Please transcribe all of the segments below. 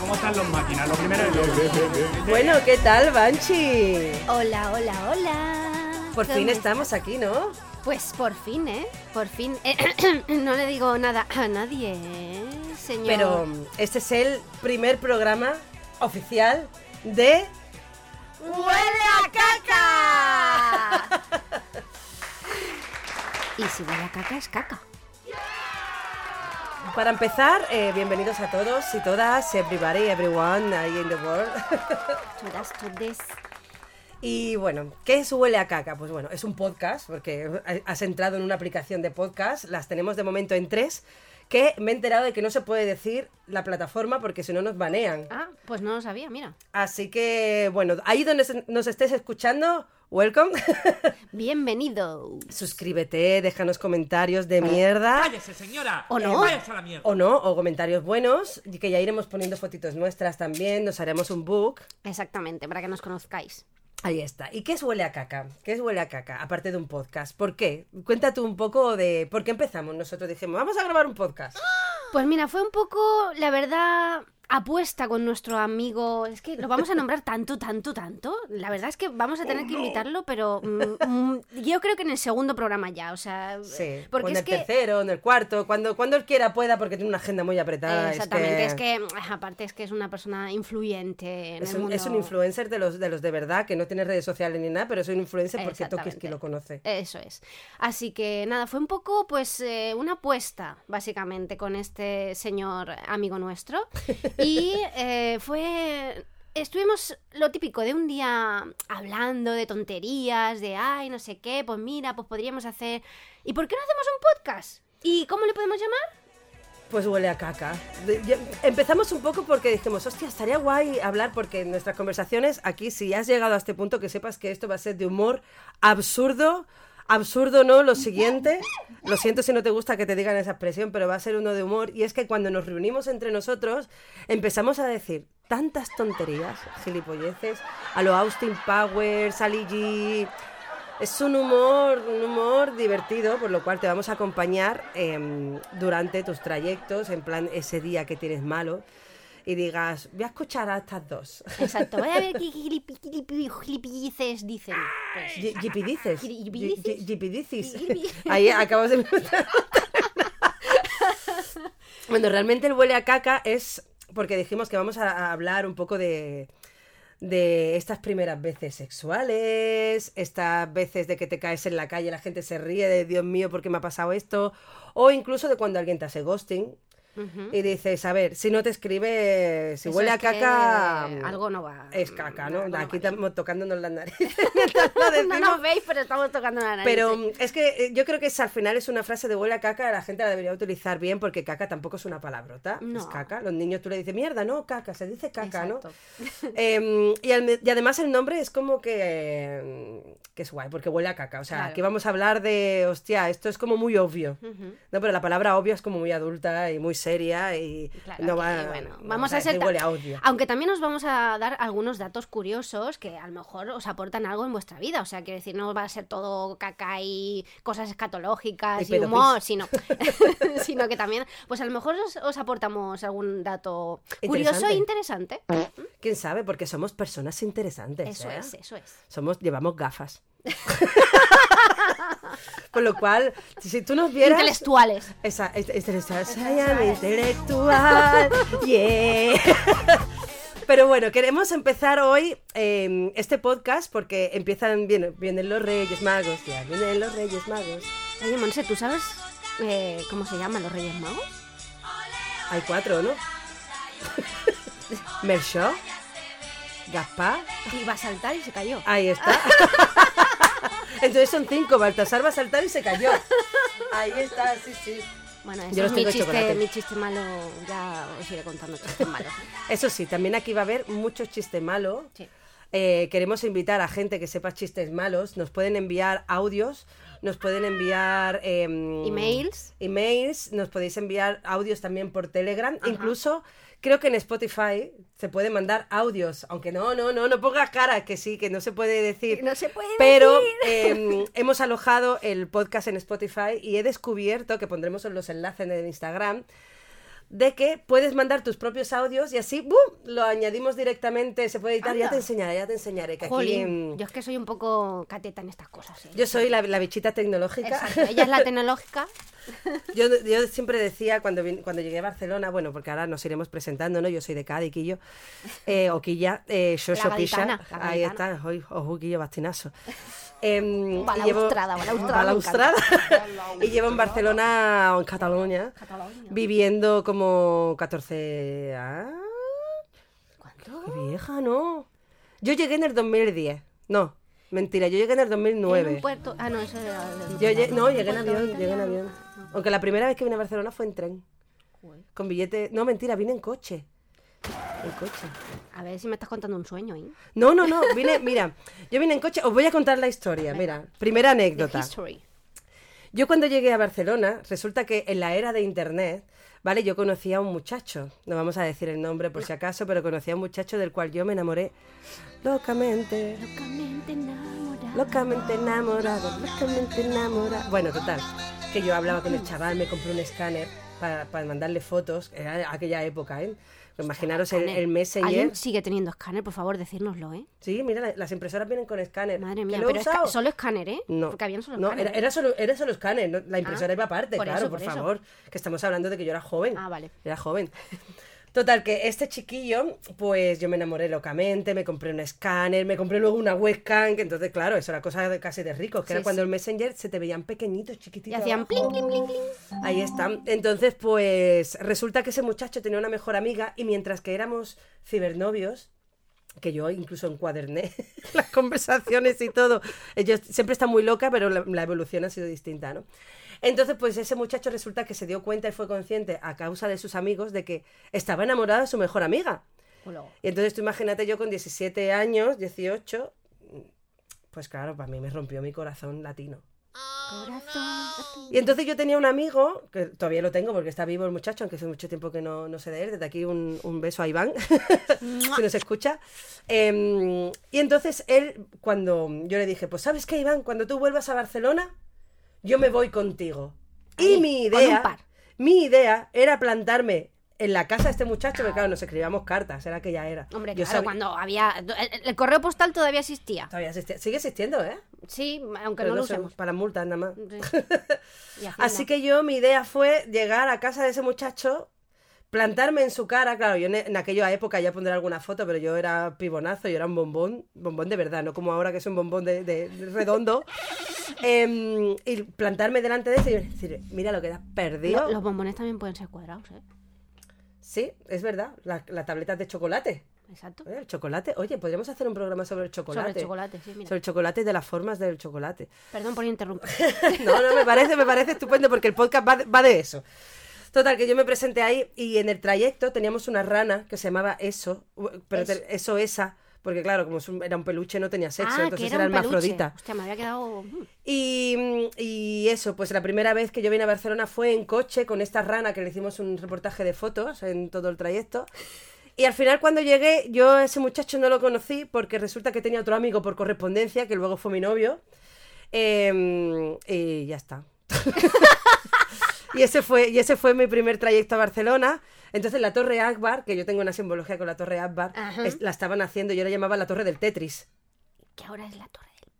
cómo están los máquinas. Lo primero es lo Bueno, ¿qué tal, Banshee? Hola, hola, hola. Por fin ¿Cómo estamos aquí, ¿no? está- Pues por fin, ¿eh? Por fin. no le digo nada a nadie, ¿eh, señor. Pero mm, este es el primer programa oficial de... ¡Huele a caca! y si huele a caca, es caca. Para empezar, eh, bienvenidos a todos y todas, everybody, everyone, ahí in the world. To das, to this. Y bueno, ¿qué es Huele a Caca? Pues bueno, es un podcast, porque has entrado en una aplicación de podcast, las tenemos de momento en tres, que me he enterado de que no se puede decir la plataforma porque si no nos banean. Ah, pues no lo sabía, mira. Así que, bueno, ahí donde se- nos estés escuchando, welcome. Bienvenido. Suscríbete, déjanos comentarios de mierda. ¡Cállese, señora! Eh, ¿O no? ¡Váyase a la mierda! O no, o comentarios buenos, y que ya iremos poniendo fotitos nuestras también, nos haremos un book. Exactamente, para que nos conozcáis. Ahí está. ¿Y qué es Huele a Caca? ¿Qué es Huele a Caca? Aparte de un podcast. ¿Por qué? Cuenta tú un poco de por qué empezamos. Nosotros dijimos, vamos a grabar un podcast. Pues mira, fue un poco, la verdad, apuesta con nuestro amigo. Es que lo vamos a nombrar tanto, tanto, tanto. La verdad es que vamos a tener que invitarlo, pero mm, mm, yo creo que en el segundo programa ya, o sea, Sí. porque cuando es el que tercero, en el cuarto, cuando, cuando él quiera pueda, porque tiene una agenda muy apretada. es exactamente, es que... ah, aparte es que es una persona influyente en Es el un, mundo. es un influencer de los, de los de verdad, que no tiene redes sociales ni nada, pero es un influencer porque Toki Exactamente. que lo conoce. Eso es. Así que nada, fue un poco pues eh, una apuesta, básicamente, con este señor amigo nuestro. Y eh, fue... Estuvimos lo típico de un día hablando de tonterías, de ay, no sé qué, pues mira, pues podríamos hacer... ¿Y por qué no hacemos un podcast? ¿Y cómo le podemos llamar? Pues huele a caca. De- ya- Empezamos un poco porque dijimos, hostia, estaría guay hablar, porque en nuestras conversaciones aquí, si has llegado a este punto, que sepas que esto va a ser de humor absurdo. Absurdo, ¿no? Lo siguiente, lo siento si no te gusta que te digan esa expresión, pero va a ser uno de humor. Y es que cuando nos reunimos entre nosotros, empezamos a decir tantas tonterías, gilipolleces, a lo Austin Powers, Sally G, es un humor, un humor divertido, por lo cual te vamos a acompañar em, durante tus trayectos, en plan ese día que tienes malo, y digas, voy a escuchar a estas dos. Exacto, voy a ver qué gilipi- gilipi- gilipillices dicen. Pues, Ye- Yepidices. Giri- Ye- yipidices. ye- Yepidices. Yiribi- Ahí acabas de... bueno, realmente el huele a caca es porque dijimos que vamos a a hablar un poco de de estas primeras veces sexuales, estas veces de que te caes en la calle y la gente se ríe de Dios mío, ¿por qué me ha pasado esto? O incluso de cuando alguien te hace ghosting ujú. y dices, a ver, si no te escribe, si Eso huele es a que caca... algo Ah, no va. Es caca, ¿no? Algo va Aquí bien. estamos tocándonos las narices. mientras lo No decimos. nos veis, pero estamos tocando la nariz. Pero mm, es que eh, yo creo que es, al final es una frase de huele a caca, la gente la debería utilizar bien porque caca tampoco es una palabrota, es No. caca. Los niños tú le dices, mierda, no, caca, se dice caca, Exacto. ¿no? Em, y, al- y además el nombre es como que, eh, que es guay, porque huele a caca. O sea, Claro. aquí vamos a hablar de, hostia, esto es como muy obvio. Ujú. No, pero la palabra obvio es como muy adulta y muy seria y Claro, no aquí, va, bueno, no vamos a ser decir ta- huele a odio. Aunque también os vamos a dar algunos datos curiosos que a lo mejor os aportan algo en vuestra vida. O sea, quiero decir, no va a ser todo caca y cosas escatológicas Y y, humor, pedopis. sino, sino que también, pues a lo mejor os, os aportamos algún dato curioso e interesante. ¿Quién sabe? Porque somos personas interesantes. Eso ¿eh? es, eso es. somos llevamos gafas. Con lo cual, si tú nos vieras... Intelectuales. Esa, es- es- es- es- I am intelectual. Yeah. Pero bueno, queremos empezar hoy eh, este podcast porque empiezan, vienen, vienen los Reyes Magos, ya, vienen los Reyes Magos. Oye, Monse, ¿tú sabes eh, cómo se llaman los Reyes Magos? Hay cuatro, ¿no? Melchor, Gaspar, Iba a saltar y se cayó. Ahí está. Entonces son cinco. Baltasar va a saltar y se cayó. Ahí está, sí, sí. Bueno, Yo ese los es mi tengo de chocolate. chiste, mi chiste malo. Ya os iré contando chistes malos. Eso sí, también aquí va a haber mucho chiste malo. Sí. Eh, queremos invitar a gente que sepa chistes malos. Nos pueden enviar audios, nos pueden enviar em, Emails. emails, nos podéis enviar audios también por Telegram. Incluso creo que en Spotify se puede mandar audios, aunque no, no, no, no pongas cara, que sí, que no se puede decir. No se puede Pero decir. em, hemos alojado el podcast en Spotify y he descubierto que pondremos los enlaces en el Instagram. de que puedes mandar tus propios audios y así ¡bum! lo añadimos directamente, se puede editar, ya Anda. te enseñaré, ya te enseñaré. Que aquí, Jolín, mm, yo es que soy un poco cateta en estas cosas. ¿eh? yo soy la, la bichita tecnológica. Exacto, ella es la tecnológica. Yo, yo siempre decía cuando, vin- cuando llegué a Barcelona, bueno, porque ahora nos iremos presentando, ¿no? Yo soy de Cádiz, Quillo, eh, o Quilla, eh, Xoxo La Pixa. gaditana, la ahí gaditana. está, hoy, ojo, Quillo, bastinazo. Em, y llevo- Balaustrada, balaustrada, balaustrada. y llevo en Barcelona o en Cataluña, Cataluña. viviendo como 14 años. ¿Cuánto? Qué vieja, ¿no? Yo llegué en el 2010. No, mentira, yo llegué en el En 2009. un puerto. Ah, no, eso era. de- Yo lle- no, llegué en puerto avión, llegué en italiano. avión. Aunque la primera vez que vine a Barcelona fue en tren. Ah, Joder. Con billete. No, mentira, vine en coche. En coche. A ver si me estás contando un sueño, ¿eh? No, no, no, vine, mira, yo vine en coche, os voy a contar la historia, mira, primera The anécdota. history. Yo cuando llegué a Barcelona, resulta que en la era de internet, ¿vale? Yo conocí a un muchacho, no vamos a decir el nombre por si acaso, pero conocí a un muchacho del cual yo me enamoré locamente. Locamente enamorada. Locamente enamorado, locamente enamorado. Bueno, total, que yo hablaba con el chaval, me compré un escáner para, para mandarle fotos, era aquella época, ¿eh? Imaginaros el, el Messenger. ¿Alguien sigue teniendo escáner? Por favor, decírnoslo, ¿eh? Sí, mira, la- las impresoras vienen con escáner. Madre ¿Que mía, lo he pero esca- usado? solo escáner, ¿eh? No, Porque habían solo no escáner. era, era solo, era solo escáner, no- la impresora Ah, iba aparte, por eso, claro, por por, eso. favor, que estamos hablando de que yo era joven. Ah, vale. Era joven. Total, que este chiquillo, pues yo me enamoré locamente, me compré un escáner, me compré luego una webcam, que entonces, claro, eso era cosa de, casi de ricos, que Sí, era cuando sí. el Messenger se te veían pequeñitos, Y chiquititos. hacían abajo. pling, pling, pling, pling. Ahí están. Entonces, pues resulta que ese muchacho tenía una mejor amiga y mientras que éramos cibernovios, que yo incluso encuaderné las conversaciones y todo, ella siempre está muy loca, pero la, la evolución ha sido distinta, ¿no? Entonces, pues ese muchacho resulta que se dio cuenta y fue consciente a causa de sus amigos de que estaba enamorada de su mejor amiga. Hola. Y entonces tú imagínate yo con 17 años, 18, pues claro, para mí me rompió mi corazón latino. Corazón. Y entonces yo tenía un amigo, que todavía lo tengo porque está vivo el muchacho, aunque hace mucho tiempo que no, no sé de él. Desde aquí un, un beso a Iván, si nos escucha. Em, y entonces él, cuando yo le dije, pues sabes qué, Iván, cuando tú vuelvas a Barcelona, yo me voy contigo. Y Ahí, mi con idea, un par. mi idea era plantarme en la casa de este muchacho, que claro, nos escribíamos cartas, era que ya era. Hombre, Oh. Yo claro, sabía- cuando había. El, el correo postal todavía existía. todavía existía- sigue existiendo, ¿eh? Sí, aunque Pero no lo no sé, usemos. Para multas nada más. Sí. Y Hacienda. Así que yo, mi idea fue llegar a casa de ese muchacho, plantarme en su cara. Claro, yo en, en aquella época ya pondré alguna foto, pero yo era pibonazo, yo era un bombón, bombón de verdad, no como ahora que es un bombón de, de- de redondo. Em, y plantarme delante de ese y decir, mira lo que te has perdido. Lo- los bombones también pueden ser cuadrados, ¿eh? Sí, es verdad, las las tabletas de chocolate. Exacto. Oye, El chocolate, oye, podríamos hacer un programa sobre el Eh, chocolate. Sobre el chocolate, sí, mira. Sobre el chocolate y de las formas del chocolate. Perdón por interrumpir. No, no, me parece, me parece estupendo porque el podcast va de, va de eso. Total, que yo me presenté ahí y en el trayecto teníamos una rana que se llamaba Eso, u- pero te- eso, esa, porque claro, como es un- era un peluche no tenía sexo, ah, que entonces era era, un peluche. hermafrodita. Hostia, me había quedado. mm, Y, y eso, pues la primera vez que yo vine a Barcelona fue en coche con esta rana que le hicimos un reportaje de fotos en todo el trayecto. Y al final cuando llegué, yo a ese muchacho no lo conocí porque resulta que tenía otro amigo por correspondencia, que luego fue mi novio. Em, y ya está. Y ese, fue, y ese fue mi primer trayecto a Barcelona. Entonces la Torre Akbar, que yo tengo una simbología con la Torre Akbar, Ajá. es- la estaban haciendo, yo la llamaba la Torre del Tetris. Que ahora es la torre del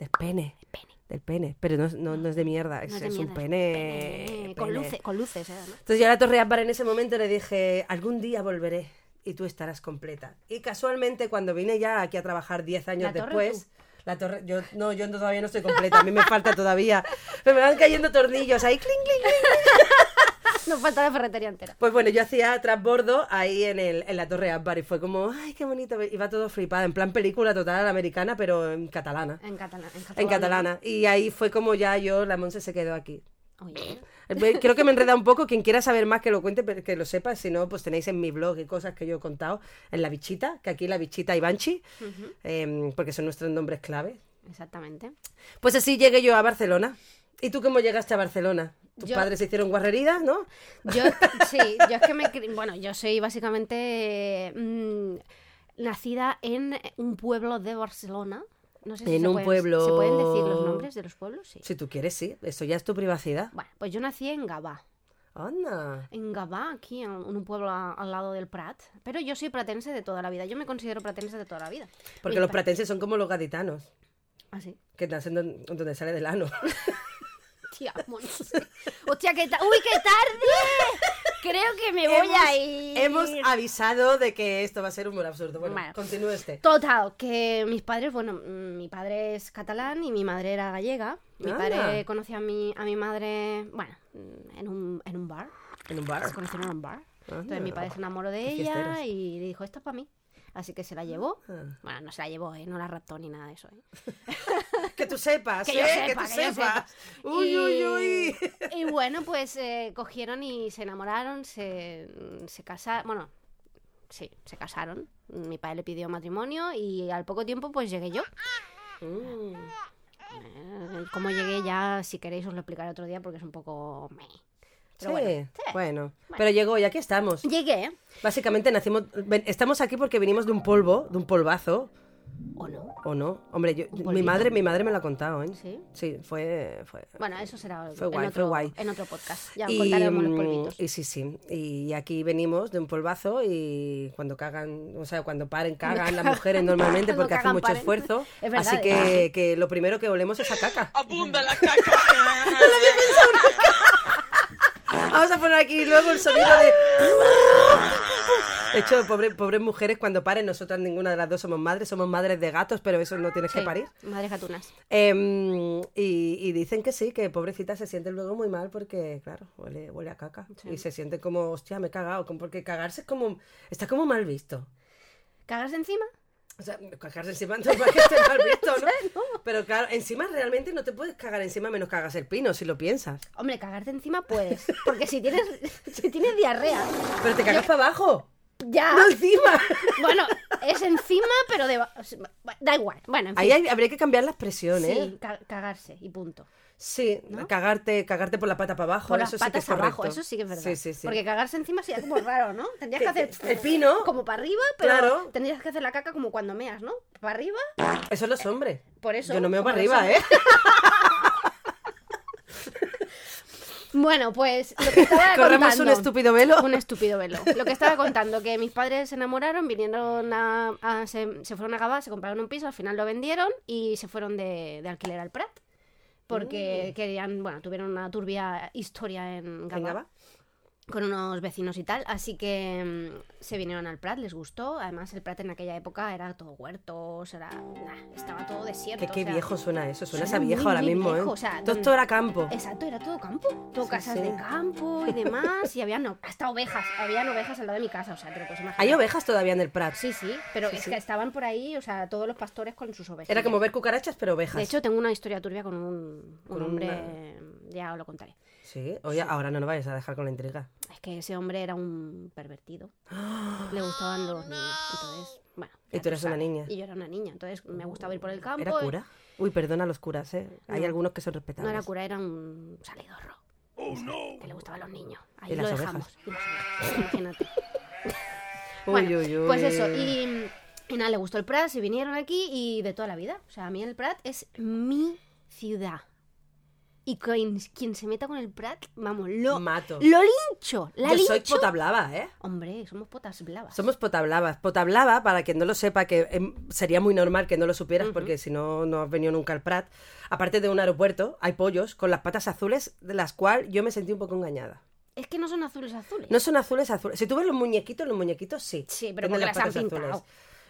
Del pene. pene. Del pene, pero no, es- no- no es de mierda, es, No te es un mientas, pene, pene. Con pene. luces, con luces, ¿eh? ¿no? Entonces yo a la Torre Ámbar en ese momento le dije, algún día volveré y tú estarás completa. Y casualmente cuando vine ya aquí a trabajar 10 años ¿La torre o después... La torre, yo no, yo no- todavía no estoy completa, a mí me falta todavía. Pero me van cayendo tornillos ahí, cling, cling, cling. Nos falta la ferretería entera. Pues bueno, yo hacía trasbordo ahí en, el, en la Torre Ámbar y fue como, ay, qué bonito. Iba todo flipada, en plan película total americana, pero en catalana. En catalán. En catalán. En catalana. Y ahí fue como ya yo, la Monse se quedó aquí. Oye, Eh, Creo que me enreda un poco. Quien quiera saber más que lo cuente, pero que lo sepa. Si no, pues tenéis en mi blog y cosas que yo he contado en La Bichita, que aquí La Bichita y Banshee, em, porque son nuestros nombres clave. exactamente. Pues así llegué yo a Barcelona. ¿Y tú cómo llegaste a Barcelona? Tus Yo- padres hicieron guarreridas, ¿no? Yo, sí, yo es que me. cri- Bueno, yo soy básicamente. mm, nacida en un pueblo de Barcelona. No sé si En se un pueden- pueblo- ¿Se pueden decir los nombres de los pueblos? Sí. Si tú quieres, sí. Eso ya es tu privacidad. Bueno, pues yo nací en Gabá. Anda. En Gavá, aquí, en un pueblo a- al lado del Prat. Pero yo soy pratense de toda la vida. Yo me considero pratense de toda la vida. Porque Oye, los pra- pratenses son como los gaditanos, Ah, sí. que nacen don- donde sale del ano. Tía, monos. Hostia, qué ta- ¡Uy, qué tarde! Creo que me voy a ir. Hemos avisado de que esto va a ser humor absurdo. Bueno, Bueno. continúe este. Total, que mis padres, bueno, mm, mi padre es catalán y mi madre era gallega. Mi Ah. padre conoció a mi, a mi madre, bueno, mm, en un, en un bar. En un bar. Se conocieron en un bar. Entonces mi padre se enamoró de Ah. Qué fiesteros. ella y le dijo, esto es para mí. Así que se la llevó. Ah. Bueno, no se la llevó, ¿eh? no la raptó ni nada de eso. ¿eh? Que tú sepas, Que yo ¿eh? sepa, que tú que yo sepa. sepas. Uy, uy, uy. Y, y bueno, pues eh, cogieron y se enamoraron, se, se casaron, bueno, sí, se casaron. Mi padre le pidió matrimonio y al poco tiempo pues llegué yo. Mm. Eh, Cómo llegué ya, si queréis os lo explicaré otro día porque es un poco... meh. Sí, Pero bueno, bueno, Pero llegó y aquí estamos. llegué, ¿eh? Básicamente nacimos, ven- estamos aquí porque venimos de un polvo, de un polvazo, ¿o no? ¿o no? Hombre, yo- mi polvito. madre, mi madre me lo ha contado, ¿eh? Sí. Sí, fue, fue. Bueno, eso será Fue guay, en, fue otro, guay. en otro podcast. Ya Y, contaremos los mm, polvitos. y sí, sí. Y aquí venimos de un polvazo y cuando cagan, o sea, cuando paren, cagan las mujeres normalmente Cuando porque hacen cagan, mucho paren. esfuerzo. Es verdad, así ¿eh? que, que lo primero que olemos es a caca. Abunda la caca. Vamos a poner aquí luego el sonido de. De hecho, pobre- pobres mujeres, cuando paren, nosotras ninguna de las dos somos madres, somos madres de gatos, pero eso no tienes Sí, que parir. Madres gatunas. Em, y, y dicen que sí, que pobrecita se siente luego muy mal porque, claro, huele, huele a caca. Y se siente como, hostia, me he cagado. como- Porque cagarse es como. Está como mal visto. ¿Cagas encima? O sea, cagarse encima no es para que esté mal visto, ¿no? Pero claro, encima realmente no te puedes cagar encima menos que hagas el pino, si lo piensas. Hombre, cagarte encima puedes. Porque si tienes, si tienes diarrea, Pero te cagas para abajo, ya. no encima. Bueno, es encima, pero de... Da igual. Bueno, en fin. Ahí hay- habría que cambiar las presiones. ¿eh? Sí, ca- cagarse y punto. Sí, cagarte, cagarte por la pata para abajo, Con las eso sí que patas es correcto. abajo, eso sí que es verdad. Sí, sí, sí. Porque cagarse encima sería como raro, ¿no? Tendrías que Que- hacer el pino. como para arriba, pero Claro. tendrías que hacer la caca como cuando meas, ¿no? Para arriba, Eso los hombres. por eso. Yo no meo como para los arriba, hombres. ¿eh? Bueno, pues lo que estaba Corremos un contando. estúpido velo. Un estúpido velo. Lo que estaba contando, que mis padres se enamoraron, vinieron a. a- se, se fueron a Gabá, se compraron un piso, al final lo vendieron y se fueron de, de alquiler al Prat. Porque Mm. querían, bueno, tuvieron una turbia historia en Gabá, Venga, va. con unos vecinos y tal. Así que mm, se vinieron al Prat, les gustó. Además, el Prat en aquella época era todo huertos, era, nah, estaba todo desierto. Que qué o sea, viejo suena eso, suena, esa suena vieja muy, ahora muy mismo, viejo, ¿eh? o sea, Todo esto era campo. Exacto, era todo campo, todo Sí, casas sí. de campo y demás, y había no, hasta ovejas, habían ovejas al lado de mi casa, o sea, te lo puedes imaginar. Hay ovejas todavía en el Prat. Sí, sí, pero Sí, es sí. que estaban por ahí, o sea, todos los pastores con sus ovejas. Era como ver cucarachas, pero ovejas. De hecho, tengo una historia turbia con un, un Con hombre, una- ya os lo contaré. Sí, oye, ahora no nos vayas a dejar con la intriga. Es que ese hombre era un pervertido, le gustaban los niños, entonces, bueno. Y ya tú eras una sabes. niña. Y yo era una niña, entonces me gustaba ir por el campo. ¿Era cura? Uy, perdona a los curas, ¿eh? Hay No. algunos que son respetables. No era cura, era un salidorro. Que le gustaban los niños. Ahí Y lo las dejamos. ovejas. Y las ovejas, Imagínate. Uy, Bueno, uy, uy. Pues eso, y, y nada, le gustó el Prat, se vinieron aquí y de toda la vida. O sea, a mí el Prat es mi ciudad. Y quien, quien se meta con el Prat, vamos, lo, Mato. lo lincho. La Yo lincho. soy potablava, ¿eh? Hombre, somos potas blavas. Somos potablavas. Potablava, para quien no lo sepa, que em, sería muy normal que no lo supieras, porque si no, no has venido nunca al Prat. Aparte de un aeropuerto, hay pollos con las patas azules, de las cuales yo me sentí un poco engañada. Es que no son azules azules. No son azules, azules. Si tú ves los muñequitos, los muñequitos sí. Sí, pero tienen porque las han patas pintado.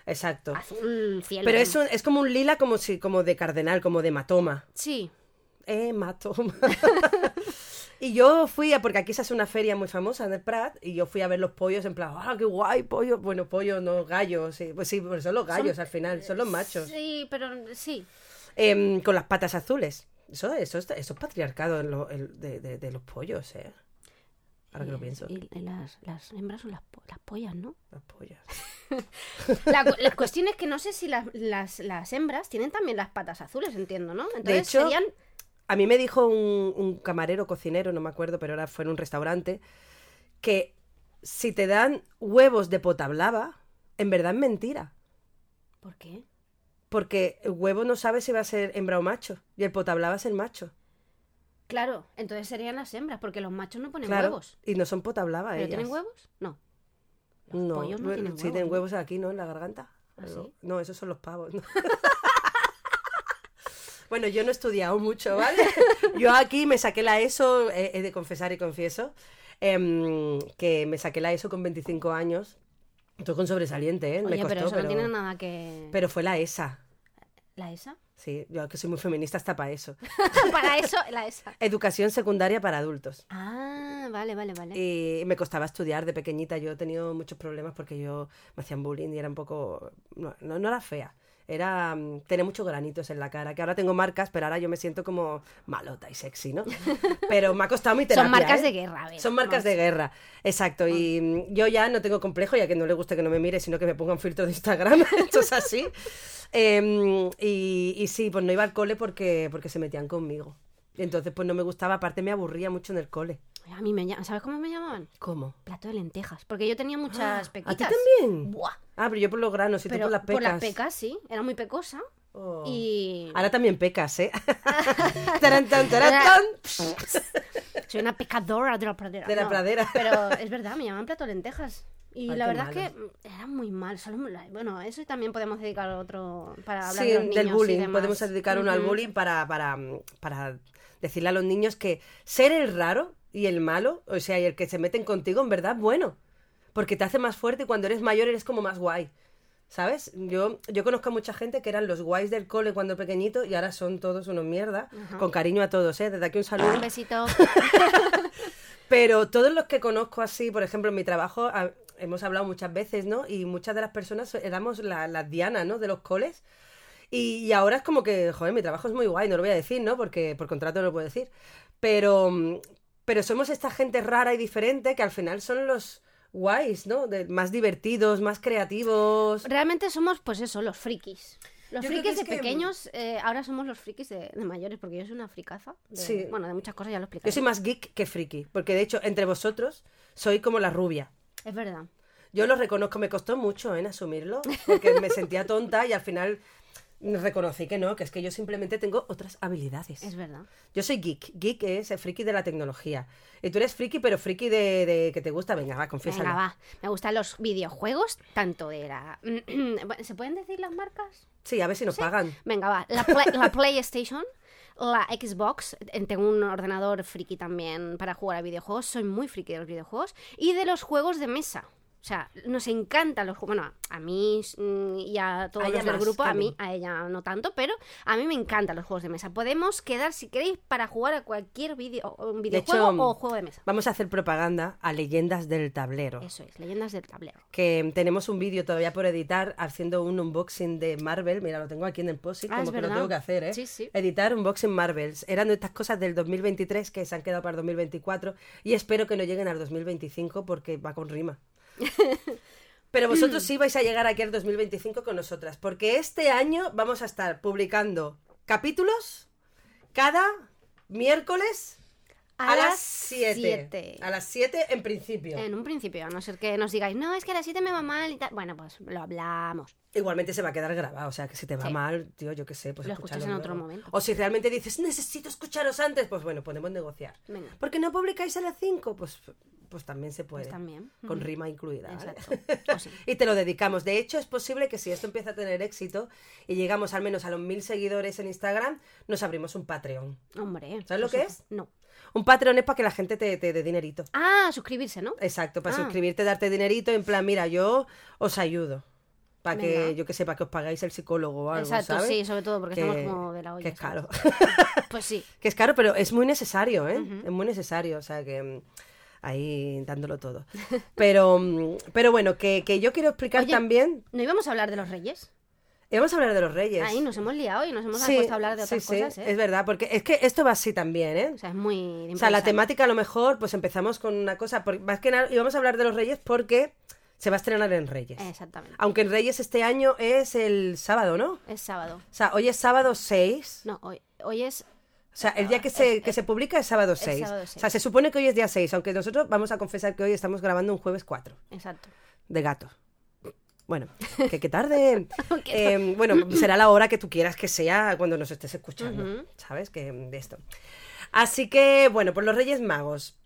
Exacto. Azul cielo. Pero es, un- es como un lila, como, si, como de cardenal, como de hematoma. Sí. Hematoma. y yo fui a, porque aquí se hace una feria muy famosa en el Prat, y yo fui a ver los pollos en plan, ¡ah, qué guay, pollo! Bueno, pollo, no, gallos. Sí, pues sí, pero son los gallos al final, son los machos. Sí, pero sí. Em, con las patas azules. Eso, eso, está- eso es patriarcado en lo- en- de, de- de los pollos, ¿eh? Ahora que lo pienso. Y, y las, las hembras son las, po- las pollas, ¿no? Los pollos. La, cu- la cuestión es que no sé si las, las, las hembras tienen también las patas azules, entiendo, ¿no? Entonces hecho, serían. A mí me dijo un, un camarero, cocinero, no me acuerdo, pero ahora fue en un restaurante, que si te dan huevos de potablava, en verdad es mentira. ¿Por qué? Porque el huevo no sabe si va a ser hembra o macho. Y el potablava es el macho. Claro, entonces serían las hembras, porque los machos no ponen Claro. huevos. Y no son potablava ¿Pero ellas. tienen huevos? No. Los No, pollos no no, tienen sí, huevos. tienen ¿no? huevos aquí, ¿no? En la garganta. ¿Ah, No, sí? no, esos son los pavos. ¿no? bueno, yo no he estudiado mucho, ¿vale? yo aquí me saqué la ESO, eh, he de confesar y confieso, em, que me saqué la ESO con 25 años. Esto con sobresaliente, ¿eh? me Oye, costó, pero pero, eso no tiene nada que... pero fue la ESA. ¿La ESA? Sí, yo que soy muy feminista hasta para eso. para eso, la ESA. Educación secundaria para adultos. Ah, vale, vale, vale. Y me costaba estudiar de pequeñita. Yo he tenido muchos problemas porque yo me hacían bullying y era un poco. No, no, no era fea. Era mm, tener muchos granitos en la cara, que ahora tengo marcas, pero ahora yo me siento como malota y sexy, ¿no? Pero me ha costado mi terapia. Son marcas ¿eh? de guerra, a ver, Son marcas vamos. Ah. de guerra, exacto. Y mm, yo ya no tengo complejo, ya que no le guste que no me mire, sino que me ponga un filtro de Instagram, esto es así. Em, y, y sí, pues no iba al cole porque, porque se metían conmigo. Entonces, pues no me gustaba, aparte me aburría mucho en el cole. A mí me llaman... ¿Sabes cómo me llamaban? ¿Cómo? Plato de lentejas, porque yo tenía muchas ¿A pequitas. ti también? Buah. Ah, pero yo por los granos y tú Pero por las pecas. sí. Era muy pecosa. Oh. Y... Ahora también pecas, ¿eh? Tarán, tan, tarán, tan. Soy una pecadora de la pradera. De la no. pradera. Pero es verdad, me llaman plato de lentejas. Y Ay, la qué verdad es que mm, era muy mal. solo me la- bueno, eso también podemos dedicar otro para hablar Sí, de los niños del y bullying. demás. Podemos dedicar uno al Ujú. bullying para, para, para decirle a los niños que ser el raro y el malo, o sea, y el que se meten contigo, en verdad, bueno. Porque te hace más fuerte y cuando eres mayor eres como más guay. ¿Sabes? Yo, yo conozco a mucha gente que eran los guays del cole cuando pequeñito y ahora son todos unos mierda. Con cariño a todos, ¿eh? Desde aquí un saludo. Un besito. Pero todos los que conozco así, por ejemplo, en mi trabajo, a- hemos hablado muchas veces, ¿no? Y muchas de las personas éramos la- las dianas, ¿no? De los coles. Y, y ahora es como que, joder, mi trabajo es muy guay, no lo voy a decir, ¿no? Porque por contrato no lo puedo decir. Pero, mm, pero somos esta gente rara y diferente que al final son los guays, ¿no? De- más divertidos, más creativos. Realmente somos, pues eso, los frikis. Los Yo creo que frikis es de que- pequeños, eh, ahora somos los frikis de, de mayores, porque yo soy una fricaza. de- Sí. Bueno, de muchas cosas ya lo explicaré. Yo soy más geek que friki, porque de hecho, entre vosotros, soy como la rubia. Es verdad. Yo lo reconozco, me costó mucho ¿eh? en asumirlo, porque me sentía tonta y al final reconocí que no, que es que yo simplemente tengo otras habilidades. Es verdad. Yo soy geek, geek es el friki de la tecnología. Y tú eres friki, pero friki de, de que te gusta, venga, va, confiésalo. Venga, va. Me gustan los videojuegos, tanto de la... ¿Se pueden decir las marcas? Sí, a ver si nos pagan. Venga, va. La, Play- la PlayStation, la Xbox. eh, Tengo un ordenador friki también para jugar a videojuegos. Soy muy friki de los videojuegos. Y de los juegos de mesa. O sea, nos encantan los juegos. Bueno, a mí mm, y a todos A ella los del más, grupo, a mí, también. a ella no tanto, pero a mí me encantan los juegos de mesa. Podemos quedar, si queréis, para jugar a cualquier video, videojuego hecho, o juego de mesa. Vamos a hacer propaganda a leyendas del tablero. Eso es, leyendas del tablero. Que tenemos un vídeo todavía por editar haciendo un unboxing de Marvel. Mira, lo tengo aquí en el post Ah, como es que lo verdad. tengo que hacer, ¿eh? Sí, sí. Editar unboxing Marvels. Eran de estas cosas del 2023 que se han quedado para el 2024 y espero que no lleguen al 2025 porque va con rima. Pero vosotros sí vais a llegar aquí al 2025 con nosotras, porque este año vamos a estar publicando capítulos cada miércoles a, las 7. siete. A las 7 en principio. En un principio, a no ser que nos digáis, no, es que a las 7 me va mal y tal. Bueno, pues lo hablamos. Igualmente se va a quedar grabado, o sea, que si te va Sí. mal, tío, yo qué sé, pues Lo escuchas escúchalo en otro luego. momento. O si realmente dices, necesito escucharos antes, pues bueno, podemos negociar. Venga. Porque no publicáis a las 5, pues, pues también se puede. también. Con Ujú. rima incluida. ¿vale? Exacto. O sí. Y te lo dedicamos. De hecho, es posible que si esto empieza a tener éxito y llegamos al menos a los mil seguidores en Instagram, nos abrimos un Patreon. Mm. Hombre. ¿Sabes lo por que supuesto. No. Un Patreon es para que la gente te, te dé dinerito. Ah, suscribirse, ¿no? Exacto, para Ah. suscribirte, darte dinerito, en plan, mira, yo os ayudo. Para Venga. que, yo que sé, para que os pagáis el psicólogo o algo, Exacto, ¿sabes? sí, sobre todo porque Que- estamos como de la olla. Que es ¿sabes? caro. Pues sí. que es caro, pero es muy necesario, ¿eh? Es muy necesario, o sea que mm, ahí dándolo todo. Pero, mm, pero bueno, que, que yo quiero explicar Oye. también. ¿No íbamos a hablar de los reyes? eh, Vamos a hablar de los reyes. Ahí nos hemos liado y nos hemos Sí, puesto a hablar de sí, otras sí, cosas, ¿eh? Es verdad, porque es que esto va así también, ¿eh? O sea, es muy... de O sea, la improvisar. temática a lo mejor, pues empezamos con una cosa, por- más que nada, y vamos a hablar de los Reyes porque se va a estrenar en Reyes. Exactamente. Aunque en Reyes este año es el sábado, ¿no? Es sábado. O sea, hoy es sábado 6. No, hoy, hoy es... O sea, el día que se, que se publica es sábado 6. sábado O sea, seis. se supone que hoy es día 6, aunque nosotros vamos a confesar que hoy estamos grabando un jueves 4 Exacto. de gato. Bueno, que, que tarde. Qué Eh, bueno, será la hora que tú quieras que sea cuando nos estés escuchando, ¿sabes? Que mm, de esto. Así que, bueno, por los Reyes Magos.